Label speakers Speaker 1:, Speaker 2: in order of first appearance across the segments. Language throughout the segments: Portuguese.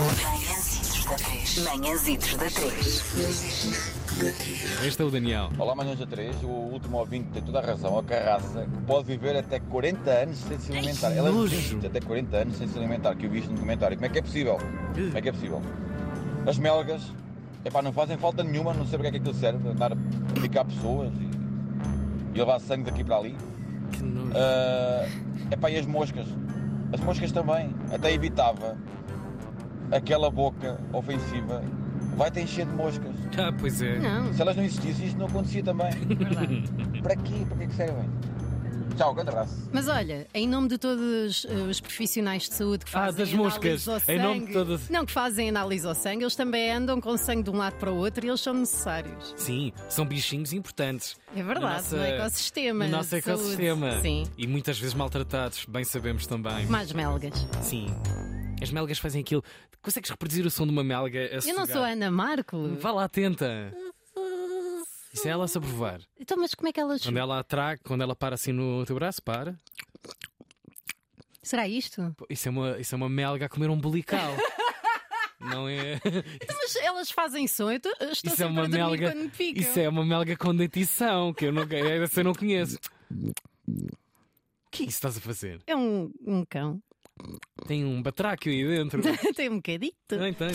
Speaker 1: Manhãzitos da 3. Manhãzitos da 3.
Speaker 2: Este é o Daniel.
Speaker 3: Olá, Manhãs da 3. O último ouvinte tem toda a razão. A carraça que pode viver até 40 anos sem se alimentar. Ela
Speaker 2: nojo.
Speaker 3: resiste até 40 anos sem se alimentar, que eu vi isto no comentário. Como é que é possível? Como é que é possível? As melgas, epá, não fazem falta nenhuma. Não sei para que é que aquilo serve. Andar a picar pessoas e, e levar sangue daqui para ali.
Speaker 2: Que nojo.
Speaker 3: Ah, epá, e as moscas? As moscas também. Até evitava aquela boca ofensiva. Vai-te encher de moscas.
Speaker 2: Ah, pois é.
Speaker 4: Não. é
Speaker 3: Se elas não existissem, isto não acontecia também. Para quê? Para que é que servem? Tchau, grande abraço.
Speaker 4: Mas olha, em nome de todos eh, os profissionais de saúde que
Speaker 2: Ah,
Speaker 4: fazem
Speaker 2: das moscas.
Speaker 4: análise ao sangue,
Speaker 2: Em nome de todas-
Speaker 4: não que fazem análise ao sangue, eles também andam com sangue de um lado para o outro e eles são necessários.
Speaker 2: Sim, são bichinhos importantes.
Speaker 4: É verdade,
Speaker 2: No nosso-
Speaker 4: no ecossistema.
Speaker 2: No nosso
Speaker 4: de saúde.
Speaker 2: ecossistema.
Speaker 4: Sim.
Speaker 2: E muitas vezes maltratados, bem sabemos também.
Speaker 4: Mais melgas.
Speaker 2: Sim. As melgas fazem aquilo. Consegues reproduzir o som de uma melga? A
Speaker 4: Eu não sou a Ana Marco.
Speaker 2: Vá lá, tenta. Isso é ela a se provar.
Speaker 4: Então, mas como é que elas.
Speaker 2: Quando ela atraca, quando ela para assim no teu braço, para.
Speaker 4: Será isto? Então,
Speaker 2: Pô, Isso é uma, isso é uma melga a comer um bolical. Não é?
Speaker 4: Então, mas elas fazem som. Eu tô- eu estou
Speaker 2: Isso é
Speaker 4: sempre
Speaker 2: uma
Speaker 4: a dormir
Speaker 2: melga.
Speaker 4: quando me picam.
Speaker 2: Isso é uma melga com dentição, que eu não, essa eu não conheço. O que é isso que estás a fazer?
Speaker 4: É um, um cão.
Speaker 2: Tem um batráquio aí dentro.
Speaker 4: Tem um bocadito.
Speaker 2: Tem, tem.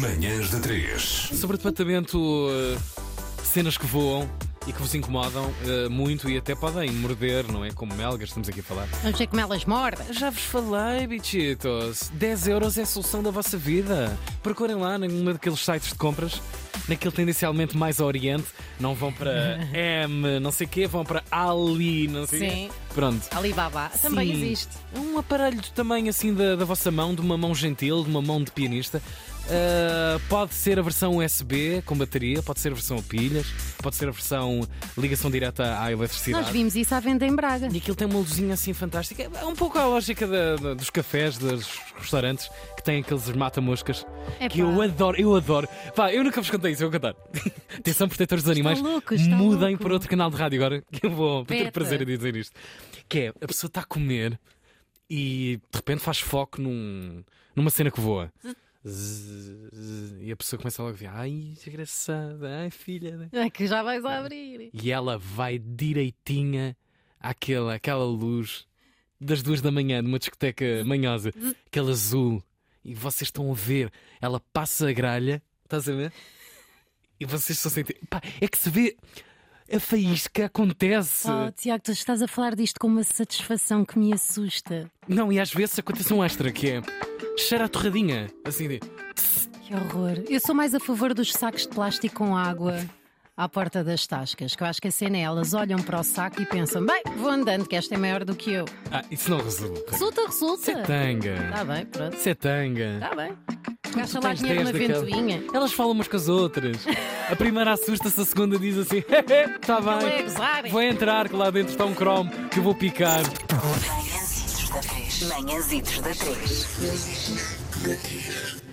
Speaker 5: Manhãs da 3.
Speaker 2: Sobre o departamento eh, cenas que voam e que vos incomodam eh, muito e até podem morder, não é? Como melgas, estamos aqui a falar.
Speaker 4: Vamos ver como elas mordem.
Speaker 2: Já vos falei, bichitos. 10 euros é a solução da vossa vida. Procurem lá num daqueles sites de compras, naquele tendencialmente mais a oriente. Não vão para M, não sei o quê, vão para Ali, não sei o quê.
Speaker 4: Sim.
Speaker 2: Pronto.
Speaker 4: Alibaba também
Speaker 2: Sim.
Speaker 4: existe.
Speaker 2: Um aparelho do tamanho assim da, da vossa mão, de uma mão gentil, de uma mão de pianista. Ah, pode ser a versão USB com bateria, pode ser a versão a pilhas, pode ser a versão ligação direta à eletricidade.
Speaker 4: Nós vimos isso à venda em Braga.
Speaker 2: E aquilo tem uma luzinha assim fantástica. É um pouco a lógica da- da- dos cafés, dos restaurantes, que têm aqueles mata-moscas.
Speaker 4: Epá.
Speaker 2: Que eu adoro, eu adoro. Pá, eu nunca vos contei isso, eu vou contar. Atenção, protetores dos animais.
Speaker 4: louco, está
Speaker 2: mudem
Speaker 4: louco.
Speaker 2: para outro canal de rádio agora, que eu vou ter
Speaker 4: Peta.
Speaker 2: prazer em dizer isto. Que é, a pessoa está a comer e de repente faz foco num, numa cena que voa. Zzz, zzz, E a pessoa começa logo a dizer: Ai, desgraçada, ai, filha. da-"
Speaker 4: É que já vais abrir.
Speaker 2: e ela vai direitinha àquela, àquela luz das duas da manhã numa discoteca manhosa, aquele azul, e vocês estão a ver, ela passa a gralha, estás a ver? E vocês estão a sentir, pá, é que se vê, a faísca acontece.
Speaker 4: Oh, Tiago, tu estás a falar disto com uma satisfação que me assusta.
Speaker 2: Não, e às vezes acontece um extra que é, cheira a torradinha, assim, de-
Speaker 4: Que horror. Eu sou mais a favor dos sacos de plástico com água à porta das tascas, que eu acho que a cena é elas olham para o saco e pensam: bem, vou andando, que esta é maior do que eu.
Speaker 2: ah, isso não resulta.
Speaker 4: Resulta, Tá.
Speaker 2: Isso é
Speaker 4: resulta.
Speaker 2: tanga,
Speaker 4: Está bem, pronto.
Speaker 2: isso é tanga.
Speaker 4: Está bem. Gasta lá
Speaker 2: tens
Speaker 4: dinheiro numa
Speaker 2: 10 daquela-
Speaker 4: ventoinha.
Speaker 2: Elas falam umas com as outras. A primeira assusta-se, a segunda diz assim: está
Speaker 4: Ele é a
Speaker 2: bem,
Speaker 4: gozar, é?"
Speaker 2: vou entrar, que lá dentro está um cromo que eu vou picar.
Speaker 1: Manhãzitos da 3. Manhãzitos da 3.